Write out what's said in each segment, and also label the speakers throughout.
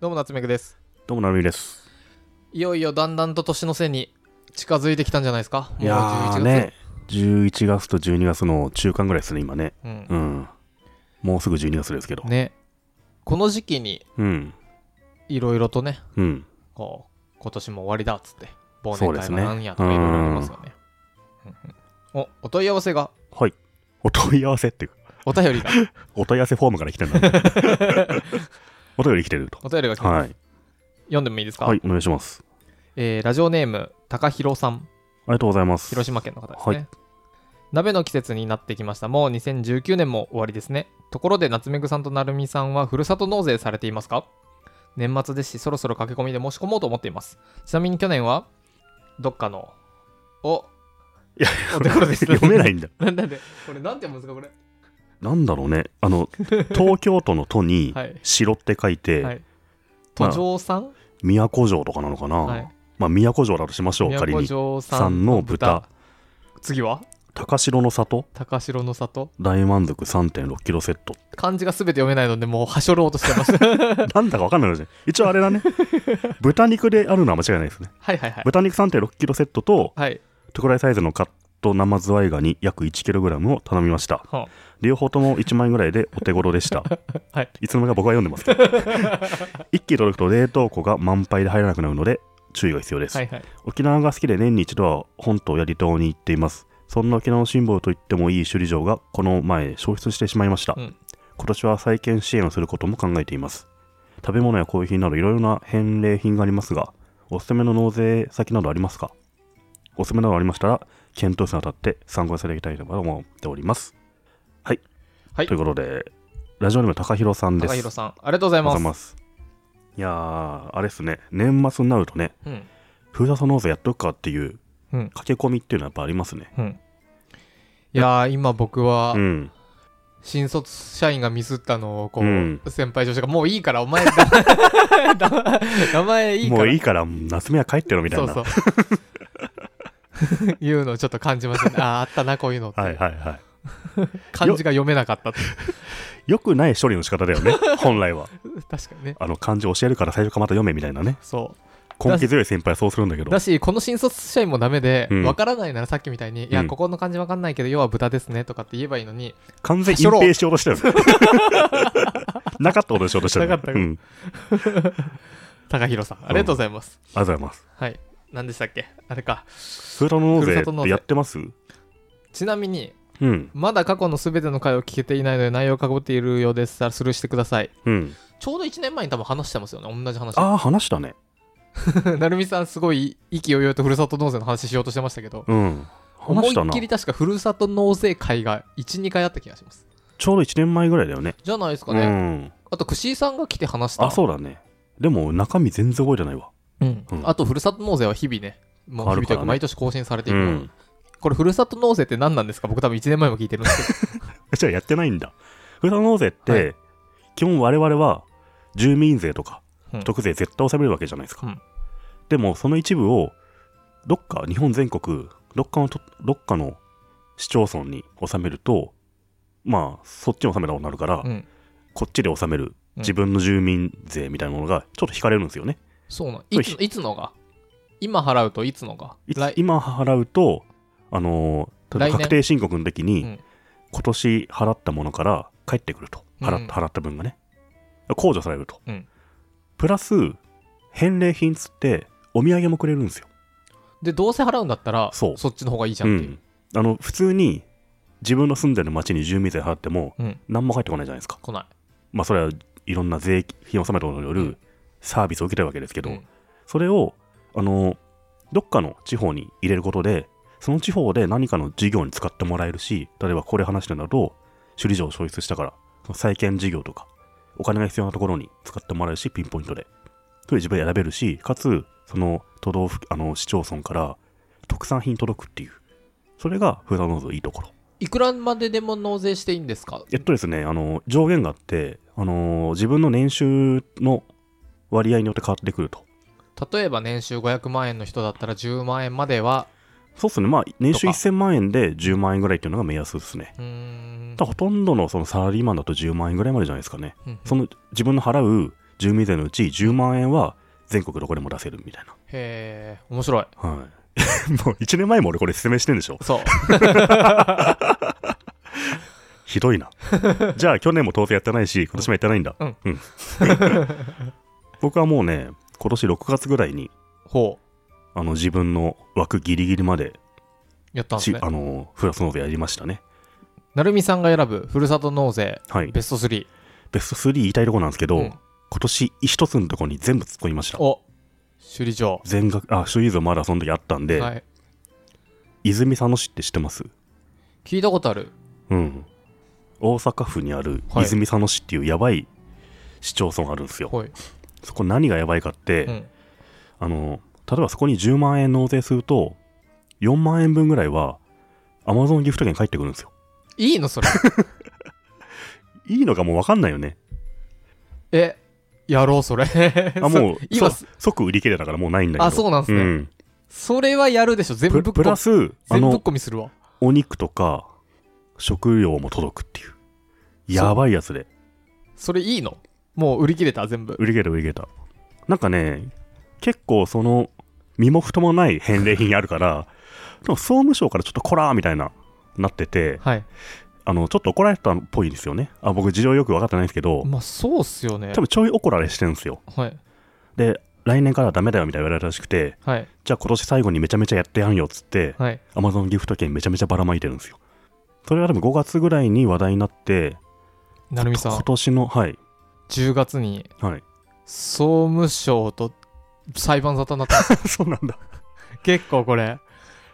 Speaker 1: どうも夏目くです
Speaker 2: どうもなるみです。
Speaker 1: いよいよだんだんと年の瀬に近づいてきたんじゃないですかもう
Speaker 2: いやー
Speaker 1: 11月
Speaker 2: ね、11月と12月の中間ぐらいですね、今ね。
Speaker 1: うん
Speaker 2: うん。もうすぐ12月ですけど。
Speaker 1: ねこの時期に
Speaker 2: うん。
Speaker 1: いろいろとね
Speaker 2: うん。
Speaker 1: こう今年も終わりだっつって忘
Speaker 2: そ
Speaker 1: 年
Speaker 2: うです
Speaker 1: 会
Speaker 2: ね
Speaker 1: もなんやとかいろいろありますよねうんうんおお問い合わせが
Speaker 2: はい。お問い合わせっていうか、
Speaker 1: お便りが
Speaker 2: お問い合わせフォームから来てるんだ、ね。 お便り来てると。
Speaker 1: お便りが来てます
Speaker 2: はい。
Speaker 1: 読んでもいいですか、
Speaker 2: はい、お願いします。
Speaker 1: えーラジオネームたかひろさん
Speaker 2: ありがとうございます。
Speaker 1: 広島県の方ですね、
Speaker 2: はい
Speaker 1: 鍋の季節になってきましたもう2019年も終わりですねところで夏目ぐさんとなるみさんはふるさと納税されていますか年末ですしそろそろ駆け込みで申し込もうと思っていますちなみに去年はどっかのお
Speaker 2: いや
Speaker 1: お手頃です
Speaker 2: 読めないんだ。
Speaker 1: なんなんでこれなんて読むんですかこれ
Speaker 2: なんだろうね。あの、東京都の都に
Speaker 1: はい、
Speaker 2: 城って書いて、
Speaker 1: はい都城さん、
Speaker 2: 都城とかなのかな。
Speaker 1: はい
Speaker 2: まあ、都城だとしましょう、仮
Speaker 1: 都
Speaker 2: に。
Speaker 1: 城
Speaker 2: さ
Speaker 1: さん
Speaker 2: んの豚
Speaker 1: 次は
Speaker 2: 高城の里
Speaker 1: 高城の里
Speaker 2: 大満足3.6キロセット
Speaker 1: 漢字が全て読めないのでもうはしょろうとして ます
Speaker 2: なんだかわかんないのじゃん。一応あれだね。豚肉であるのは間違いないですね。
Speaker 1: はいはいはい
Speaker 2: 豚肉3.6キロセットと、
Speaker 1: はい
Speaker 2: 特大サイズのカット生ズワイガニ約1キログラムを頼みました。
Speaker 1: は
Speaker 2: 両方とも1万円ぐらいでお手頃でした。
Speaker 1: はい、
Speaker 2: つの間にか僕は読んでますけど。1キ ロ届くと冷凍庫が満杯で入らなくなるので、注意が必要です。
Speaker 1: はいはい
Speaker 2: 沖縄が好きで年に一度は本島や離島に行っています。そんな沖縄のシンボルと言ってもいい首里城がこの前消失してしまいました。
Speaker 1: うん
Speaker 2: 今年は再建支援をすることも考えています。食べ物やコーヒーなどいろいろな返礼品がありますが、おすすめの納税先などありますかおすすめなどありましたら、検討者に当たって参考にされていただきたいと思っております。はい。
Speaker 1: はい
Speaker 2: ということで、ラジオネーム高弘さんです。
Speaker 1: 高弘さんありがとうござい
Speaker 2: おはよう
Speaker 1: ま
Speaker 2: ござ
Speaker 1: す
Speaker 2: います。いやー、あれですね、年末になるとね、
Speaker 1: うん
Speaker 2: ふるさと納税やっとくかっていう
Speaker 1: うん
Speaker 2: 駆け込みっていうのはやっぱありますね。
Speaker 1: うんいやー今僕は
Speaker 2: うん。
Speaker 1: 新卒社員がミスったのをこう、
Speaker 2: うん
Speaker 1: 先輩上司が「もういいからお前 だだ名前いいから」
Speaker 2: もういいから、夏目は帰ってろみたいな。
Speaker 1: そうそういうの をちょっと感じましたねあーあったなこういうのって、
Speaker 2: はいはいは
Speaker 1: 漢字が読めなかったって
Speaker 2: い。よくない処理の仕方だよね、 本来は。
Speaker 1: 確かにね
Speaker 2: あの漢字教えるから最初からまた読めみたいなね。
Speaker 1: そ
Speaker 2: 根気強い先輩はそうするんだけ
Speaker 1: う
Speaker 2: ど
Speaker 1: だ。しこの新卒社員もダメで
Speaker 2: う
Speaker 1: わ
Speaker 2: ん、
Speaker 1: からないならさっきみたいに「いうや
Speaker 2: ん
Speaker 1: ここの漢字わかんないけど要は豚ですね」とかって言えばいいのに
Speaker 2: 完全に隠蔽しようとしてる。 なかったことにしようとしてる。
Speaker 1: なかった
Speaker 2: うん。あり
Speaker 1: 高弘さんありがとうございます、
Speaker 2: がとうございます。
Speaker 1: はい何でしたっけあれか
Speaker 2: ふるさと納
Speaker 1: ふ
Speaker 2: 税
Speaker 1: るさと納
Speaker 2: っ
Speaker 1: 税
Speaker 2: てやってます
Speaker 1: ちなみに
Speaker 2: うん。
Speaker 1: まだ過去のすべての回を聞けていないので内容をかぶっているようでしたらスルーしてください。
Speaker 2: うん。
Speaker 1: ちょうど1年前に多分話してますよね、同じ話。
Speaker 2: ああ、話したね。
Speaker 1: なるみさん、すごい意気揚々とふるさと納税の話しようとしてましたけど、
Speaker 2: うん。話した
Speaker 1: 思いっ
Speaker 2: な。
Speaker 1: き
Speaker 2: ちょう
Speaker 1: り確かふるさと納税会が1、2回あった気がします。
Speaker 2: ど1年前ぐらいだよね。
Speaker 1: じゃないですか
Speaker 2: う
Speaker 1: ね。
Speaker 2: ん。
Speaker 1: あと、串井さんが来て話した。
Speaker 2: あ、そうだね。でも中身全然覚えてないわ。
Speaker 1: うん
Speaker 2: うん
Speaker 1: あと、ふるさと納税は日々ね、もう
Speaker 2: 変わ
Speaker 1: 日々
Speaker 2: る
Speaker 1: という
Speaker 2: から
Speaker 1: か
Speaker 2: ね
Speaker 1: 毎年更新されていうる、
Speaker 2: ん。
Speaker 1: これ、ふるさと納税って何なんですか僕多分1年前も聞いてるんですけど。
Speaker 2: じゃあやってないんだ。ふるさと納税って、
Speaker 1: はい
Speaker 2: 基本我々は住民税とか
Speaker 1: うん
Speaker 2: 所得税絶対納めるわけじゃないですか。
Speaker 1: うん
Speaker 2: でもその一部をどっか日本全国どっかのとどっかの市町村に納めるとまあそっちに納めたことになるから、
Speaker 1: うん、
Speaker 2: こっちで納める
Speaker 1: うん
Speaker 2: 自分の住民税みたいなものがちょっと引かれるんですよね。
Speaker 1: そうなんいついつのが今払うといつのが
Speaker 2: いつ
Speaker 1: 来
Speaker 2: 今払うと、あのー例
Speaker 1: 来
Speaker 2: え
Speaker 1: 年
Speaker 2: ば確定申告の時に、
Speaker 1: うん
Speaker 2: 今年払ったものから返ってくると払っ,、
Speaker 1: うん
Speaker 2: 払った分がね控除されると、
Speaker 1: うん
Speaker 2: プラス返礼品つってお土産もくれるんですよ、
Speaker 1: でどうせ払うんだったら
Speaker 2: そ
Speaker 1: そうっちの方がいいじゃ
Speaker 2: うん
Speaker 1: っていう、
Speaker 2: ん、あの普通に自分の住んでる町に住民税払っても
Speaker 1: うん
Speaker 2: 何も返ってこないじゃないですか
Speaker 1: 来ない
Speaker 2: まあそれはいろんな税金を納めたことによ
Speaker 1: うん
Speaker 2: るサービスを受けてるわけですけど、
Speaker 1: うん
Speaker 2: それをあのどっかの地方に入れることでその地方で何かの事業に使ってもらえるし例えばこれ話してるんだと首里城を消失したからその再建事業とかお金が必要なところに使ってもらえるしピンポイントでそれ自分で選べるしかつその都道府あの市町村から特産品届くっていうそれがふるさと納税のいいところ
Speaker 1: いくらまででも納税していいんですか
Speaker 2: えっとですね、あの上限があって、あの自分の年収の割合によって変わってくると。
Speaker 1: 例えば年収500万円の人だったら10万円までは
Speaker 2: そうですね、まあ、年収
Speaker 1: とか
Speaker 2: 1000万円で10万円ぐらいっていうのが目安ですね。
Speaker 1: うーん
Speaker 2: ただほとんどのそのサラリーマンだと10万円ぐらいまでじゃないですかね。
Speaker 1: うん
Speaker 2: その自分の払う住民税のうち10万円は全国どこでも出せるみたいな。
Speaker 1: へえ面白い
Speaker 2: はい。 もう1年前も俺これ説明してんでしょ
Speaker 1: そう
Speaker 2: ひど いな。じゃあ去年も当選やってないし、今年もやってないんだ。
Speaker 1: うん。
Speaker 2: うん、 僕はもうね、今年6月ぐらいに、
Speaker 1: ほう
Speaker 2: あの自分の枠ギリギリまで、
Speaker 1: やったんです
Speaker 2: ち
Speaker 1: ね
Speaker 2: あのフラスノーゼやりましたね。
Speaker 1: なるみさんが選ぶふるさと納税
Speaker 2: はい。
Speaker 1: ベスト3
Speaker 2: ベスト3言いたいとこなんですけど、
Speaker 1: うん
Speaker 2: 今年一つのとこに全部突っ込みました。
Speaker 1: お首里城
Speaker 2: 全額、あ、シュイーズまだその時あったんで、
Speaker 1: はい
Speaker 2: 泉佐野市って知ってます
Speaker 1: 聞いたことある
Speaker 2: うん。大阪府にある
Speaker 1: はい
Speaker 2: 泉佐野市っていうやばい市町村あるんですよ。
Speaker 1: ほい、
Speaker 2: そこ何がやばいかって、
Speaker 1: うん、
Speaker 2: あの、例えばそこに10万円納税すると、4万円分ぐらいは、アマゾンギフト券返ってくるんですよ。
Speaker 1: いいのそれ
Speaker 2: いいのかもう分かんないよね。
Speaker 1: えやろう それ
Speaker 2: あ、もう
Speaker 1: そ、今
Speaker 2: そう即売り切れだからもうないんだけど。
Speaker 1: あそうなんですね
Speaker 2: うん
Speaker 1: それはやるでしょ全部
Speaker 2: プ
Speaker 1: ぶっ
Speaker 2: プ
Speaker 1: こ
Speaker 2: ラス、あ
Speaker 1: 全部ぶっ
Speaker 2: の、
Speaker 1: こみするわ
Speaker 2: お肉とか、食料も届くっていう。やばいやつで。
Speaker 1: それいいのもう売り切れた全部
Speaker 2: 売り切れた売り切れた。なんかね、結構その、身も蓋もない返礼品あるから、 でも総務省からちょっとこらーみたいな、なってて、
Speaker 1: はい
Speaker 2: あの、ちょっと怒られたっぽいですよね。あ、僕事情よく分かってないんですけど、
Speaker 1: まあそうっすよね
Speaker 2: 多分ちょい怒られしてるんですよ。
Speaker 1: はい
Speaker 2: で、来年からはダメだよみたいな言われたらしくて、
Speaker 1: はい
Speaker 2: じゃあ今年最後にめちゃめちゃやってやんよっつって、
Speaker 1: はい
Speaker 2: Amazon ギフト券めちゃめちゃばらまいてるんですよ。それが多分5月ぐらいに話題になって、
Speaker 1: なるみさ
Speaker 2: 今
Speaker 1: ん
Speaker 2: 年の、はい、
Speaker 1: 10月に
Speaker 2: はい。
Speaker 1: 総務省と裁判沙汰に なったんですよ
Speaker 2: そうなんだ。
Speaker 1: 結構これ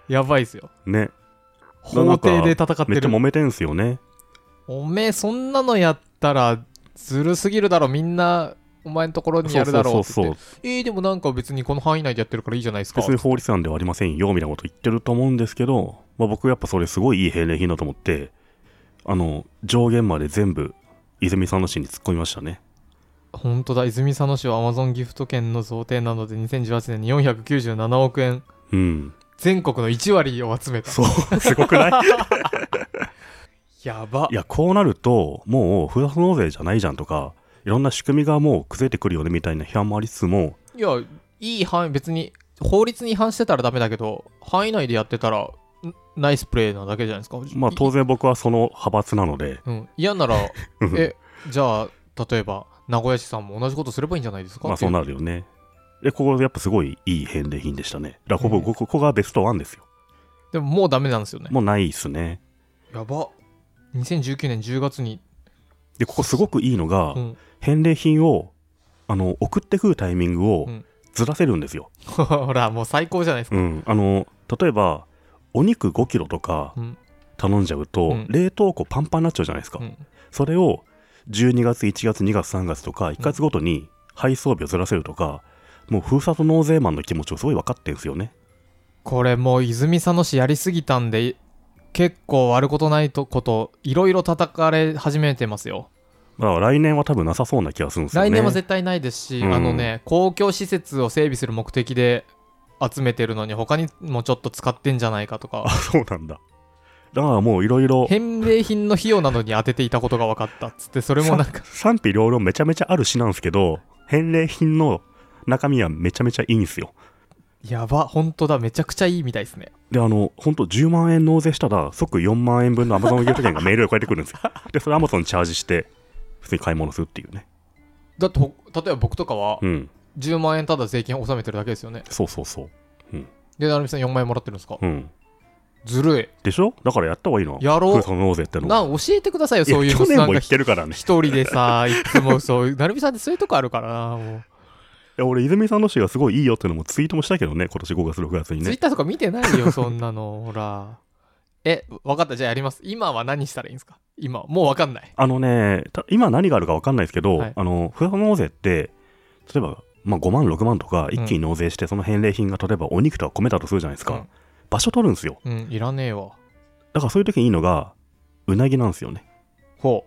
Speaker 1: やばいっすよ
Speaker 2: ね。
Speaker 1: 法廷で戦っ
Speaker 2: めってちゃ
Speaker 1: る
Speaker 2: 揉めてんすよね。
Speaker 1: おめえそんなのやったらずるすぎるだろみんなお前のところに
Speaker 2: そ
Speaker 1: や
Speaker 2: う
Speaker 1: る
Speaker 2: そ
Speaker 1: だ
Speaker 2: う
Speaker 1: ろ
Speaker 2: そうう
Speaker 1: って言
Speaker 2: そ
Speaker 1: っ
Speaker 2: う
Speaker 1: て。えー、でもなんか別にこの範囲内でやってるからいいじゃないですか
Speaker 2: 別に法律案ではありませんよみたいなこと言ってると思うんですけど、まあ、僕やっぱそれすごいいい返礼品だと思って、あの、上限まで全部、泉佐野市に突っ込みましたね。
Speaker 1: 本当だ泉佐野市は Amazon ギフト券の贈呈などで2018年に497億円
Speaker 2: うん。
Speaker 1: 全国の1割を集めた
Speaker 2: そう、すごくない
Speaker 1: やば
Speaker 2: いや、こうなると、もう、ふるさと納税じゃないじゃんとか、いろんな仕組みがもう崩れてくるよねみたいな批判もありつつも、
Speaker 1: いやいい範囲別に法律に違反してたらダメだけど範囲内でやってたらんナイスプレーなだけじゃないですか
Speaker 2: まあ当
Speaker 1: 然、
Speaker 2: 然僕はその派閥なので、
Speaker 1: うん、嫌なら
Speaker 2: うん
Speaker 1: えじゃあ例えば名古屋市さんも同じことすればいいんじゃないですか
Speaker 2: まあ
Speaker 1: って
Speaker 2: そ
Speaker 1: いう
Speaker 2: なるよね。で、ここやっぱすごいいい返礼品でしたね。だから
Speaker 1: う
Speaker 2: こ
Speaker 1: ん
Speaker 2: こここがベストワンですよ。
Speaker 1: でももうダメなんですよね
Speaker 2: もうないっすね。
Speaker 1: やば2019年10月に、
Speaker 2: で、ここすごくいいのが、
Speaker 1: うん、
Speaker 2: 返礼品を、あの、送ってくるタイミングを
Speaker 1: うん
Speaker 2: ずらせるんですよ。
Speaker 1: ほらもう最高じゃないですか、
Speaker 2: うん。あの、例えば、お肉5キロとか
Speaker 1: うん
Speaker 2: 頼んじゃうと、
Speaker 1: うん
Speaker 2: 冷凍庫パンパンになっちゃうじゃないですか。
Speaker 1: うん、
Speaker 2: それを12月、1月、2月、3月とか、1月ごとに配送日をずらせるとか、もうふるさと納税マンの気持ちをすごい分かってんすよね。
Speaker 1: これもう泉佐野市やりすぎたんで結構悪ことないとこといろいろ叩かれ始めてますよ
Speaker 2: だから来年は多分なさそうな気がするんですよね。
Speaker 1: 来年は絶対ないですし、
Speaker 2: うん
Speaker 1: あのね公共施設を整備する目的で集めてるのに他にもちょっと使ってんじゃないかと
Speaker 2: あ、
Speaker 1: か
Speaker 2: そうなんだ。だからもういろいろ
Speaker 1: 返礼品の費用などに当てていたことが分かったっつってそれもなんか
Speaker 2: 賛否両論めちゃめちゃあるしなんですけど、返礼品の中身はめちゃめちゃいいんですよ。
Speaker 1: やば本当だめちゃくちゃいいみたいですね
Speaker 2: で、あの、ほんと10万円納税したら、即4万円分の Amazon ギフト券がメールで返ってくる んですよ。で、それ Amazon にチャージして、普通に買い物するっていうね。
Speaker 1: だってほ例えば僕とかは
Speaker 2: うん。
Speaker 1: 10万円ただ税金納めてるだけですよね
Speaker 2: そうそうそう。
Speaker 1: で成美さん4万円もらってるんですか
Speaker 2: うん。
Speaker 1: ずるい
Speaker 2: でしょだからやった方がいいの。
Speaker 1: やろう
Speaker 2: ふるさと納税っての
Speaker 1: な
Speaker 2: は。
Speaker 1: ん教えてくださいよそういうの
Speaker 2: や去年
Speaker 1: なんか
Speaker 2: も言っ
Speaker 1: 一
Speaker 2: てるからね。
Speaker 1: 人でさいつもそういう成美さんってそういうとこあるからなもう
Speaker 2: いや俺、泉佐野市がすごいいいよってのもツイートもしたけどね、今年5月、6月に
Speaker 1: ツイ
Speaker 2: ね
Speaker 1: ッ。ターとか見てない よ、そんなの。ほら。え、分かった。じゃあやります。今は何したらいいんですか今、もう分かんない。
Speaker 2: あのね、た今何があるか分かんないですけど、
Speaker 1: はい
Speaker 2: あの、ふるさと納税って、例えば、まあ、5万、6万とか一気に納税して、その返礼品が例えばお肉とか米だとするじゃないですか。
Speaker 1: うん
Speaker 2: 場所取るんですよ。
Speaker 1: うん、いらねえわ。
Speaker 2: だからそういう時にいいのが、うなぎなんですよね。
Speaker 1: ほ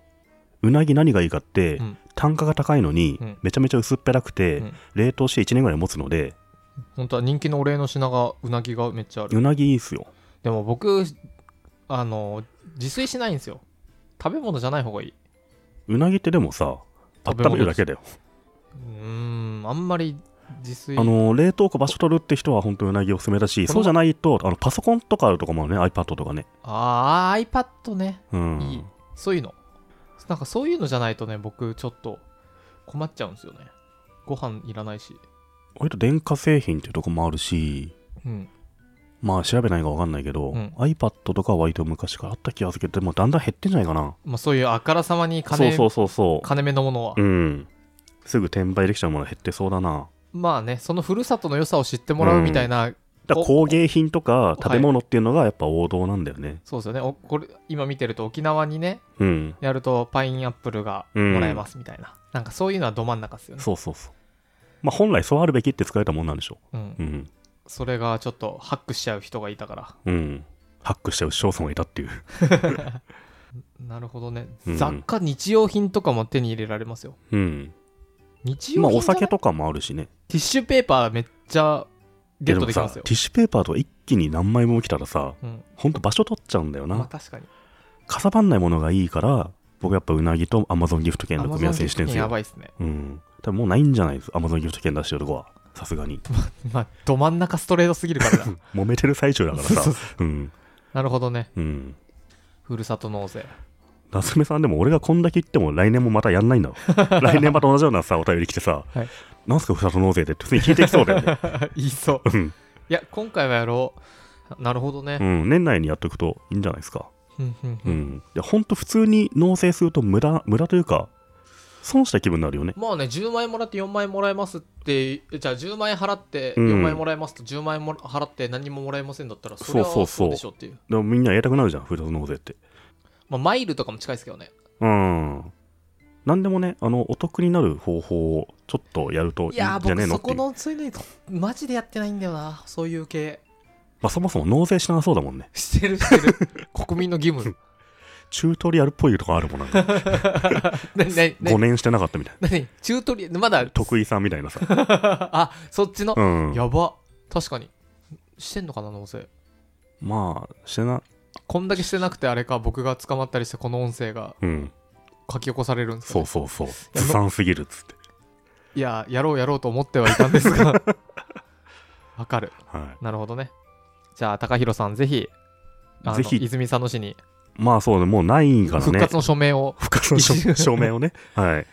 Speaker 2: うなぎ何がいいかって、
Speaker 1: うん
Speaker 2: 単価が高いのに、
Speaker 1: うん
Speaker 2: めちゃめちゃ薄っぺらくて、
Speaker 1: うん
Speaker 2: 冷凍して1年ぐらい持つので、
Speaker 1: う。本当は人気のお礼の品が、うなぎがめっちゃある。
Speaker 2: うなぎいいっすよ。
Speaker 1: でも僕、あの、自炊しないんですよ。食べ物じゃない方がいい。
Speaker 2: うなぎってでもさ、
Speaker 1: 食べ物
Speaker 2: 温めるだけだよ。
Speaker 1: うーんあんまり自炊
Speaker 2: あの冷凍庫場所取るって人は本当うなぎおすすめだし
Speaker 1: これも
Speaker 2: そうじゃないとあのパソコンとかあるとかもね iPad とかね
Speaker 1: あー iPad ね
Speaker 2: うん
Speaker 1: いいそういうのなんかそういうのじゃないとね僕ちょっと困っちゃうんですよねご飯いらないし
Speaker 2: 割と電化製品っていうとこもあるし
Speaker 1: うん
Speaker 2: まあ調べないか分かんないけど、
Speaker 1: うん
Speaker 2: iPad とかは割と昔からあった気がするけどでもだんだん減ってんじゃないかな
Speaker 1: まあそういうあからさまに
Speaker 2: そう
Speaker 1: 金
Speaker 2: そうそうそ
Speaker 1: 金目のものは、
Speaker 2: ううんすぐ転売できちゃうものは減ってそうだな
Speaker 1: まあねそのふるさとの良さを知ってもらうみたいな、
Speaker 2: だから
Speaker 1: お
Speaker 2: 工芸品とか食べ物っていうのがやっぱ王道なんだよね、
Speaker 1: そうですよねおこれ今見てると沖縄にね
Speaker 2: うん
Speaker 1: やるとパインアップルがもらえますみたいな、なんかそういうのはど真ん中ですよね
Speaker 2: そうそうそうまあ本来そうあるべきって使えたもんなんでしょ
Speaker 1: う、、
Speaker 2: うんん
Speaker 1: それがちょっとハックしちゃう人がいたから
Speaker 2: うんハックしちゃう翔さんがいたっていう
Speaker 1: なるほどね、
Speaker 2: うん
Speaker 1: 雑貨日用品とかも手に入れられますよ
Speaker 2: うん
Speaker 1: 日
Speaker 2: ま
Speaker 1: 用品
Speaker 2: あお
Speaker 1: じゃない
Speaker 2: 酒とかもあるしね
Speaker 1: ティッシュペーパーめっちゃゲットでき
Speaker 2: も
Speaker 1: ます
Speaker 2: さテ
Speaker 1: よ
Speaker 2: ィッシュペーパーとか一気に何枚も来たらさ
Speaker 1: うん、
Speaker 2: ほんと場所取っちゃうんだよな、
Speaker 1: まあ確かに
Speaker 2: かさばんないものがいいから僕やっぱうなぎとアマゾンギフト券の組み合わせにしてるんです
Speaker 1: や
Speaker 2: よ
Speaker 1: ばいですね
Speaker 2: うん多分もうないんじゃないですアマゾンギフト券出してるとこはさすがに
Speaker 1: まあど真ん中ストレートすぎるから だ
Speaker 2: 揉めてる最中だから
Speaker 1: そうそ
Speaker 2: さ
Speaker 1: うそう
Speaker 2: うん
Speaker 1: なるほどね
Speaker 2: うん
Speaker 1: ふるさと納税
Speaker 2: 夏目さんでも俺がこんだけ言っても来年もまたやんないんだろ 来年また同じようなさお便り来てさ、
Speaker 1: はい
Speaker 2: なんすかふるさと納税でって普通に聞いてきそうだ よね
Speaker 1: 言いそう
Speaker 2: うん
Speaker 1: いや今回はやろうなるほどね
Speaker 2: うん年内にやっとくといいんじゃないですか
Speaker 1: うんうん
Speaker 2: う
Speaker 1: うん
Speaker 2: んいやほんと普通に納税すると無駄無駄というか損した気分になるよね
Speaker 1: まあね10万円もらって4万円もらえますってじゃあ10万円払って
Speaker 2: うん
Speaker 1: 4万円もらえますと10万円もら払って何ももらえませんだったら
Speaker 2: そう
Speaker 1: それは
Speaker 2: そうそ
Speaker 1: そううでしょうっていう
Speaker 2: でもみんなやりたくなるじゃんふるさと納税って
Speaker 1: まあマイルとかも近いですけどね
Speaker 2: うん。なんでもね、あの、お得になる方法をちょっとやるといいん
Speaker 1: い
Speaker 2: じ
Speaker 1: や
Speaker 2: ゃ
Speaker 1: ー
Speaker 2: ねえ
Speaker 1: 僕
Speaker 2: の
Speaker 1: そ
Speaker 2: ってい
Speaker 1: こ
Speaker 2: う。ま
Speaker 1: のついでにマジでやってないんだよなそういう系
Speaker 2: あ、そもそも納税しなそうだもんね。
Speaker 1: してるして る国民の義務
Speaker 2: チュートリアルっぽいとこあるもんなんか
Speaker 1: 何何
Speaker 2: 5
Speaker 1: 何
Speaker 2: 年してなかったみたいな。
Speaker 1: 何チュートリアルまだ
Speaker 2: 得意さんみ たいなさ。
Speaker 1: あそっちの、
Speaker 2: うん。
Speaker 1: やば確かにしてんのかな納税
Speaker 2: まあ、してな、
Speaker 1: こんだけしてなくてあれか僕が捕まったりしてこの音声が
Speaker 2: うん。
Speaker 1: 書き起こされるんですか、
Speaker 2: そう
Speaker 1: ね、
Speaker 2: そうそう。ずさんすぎるっつって。
Speaker 1: いややろうやろうと思ってはいたんです がわかる
Speaker 2: は
Speaker 1: なるほどねじゃあ高弘さんぜひあの
Speaker 2: ぜひ
Speaker 1: 泉佐野市に
Speaker 2: い。まあそうね、もうないからね。
Speaker 1: 復活の署名を
Speaker 2: 復活の証証明をね。はい。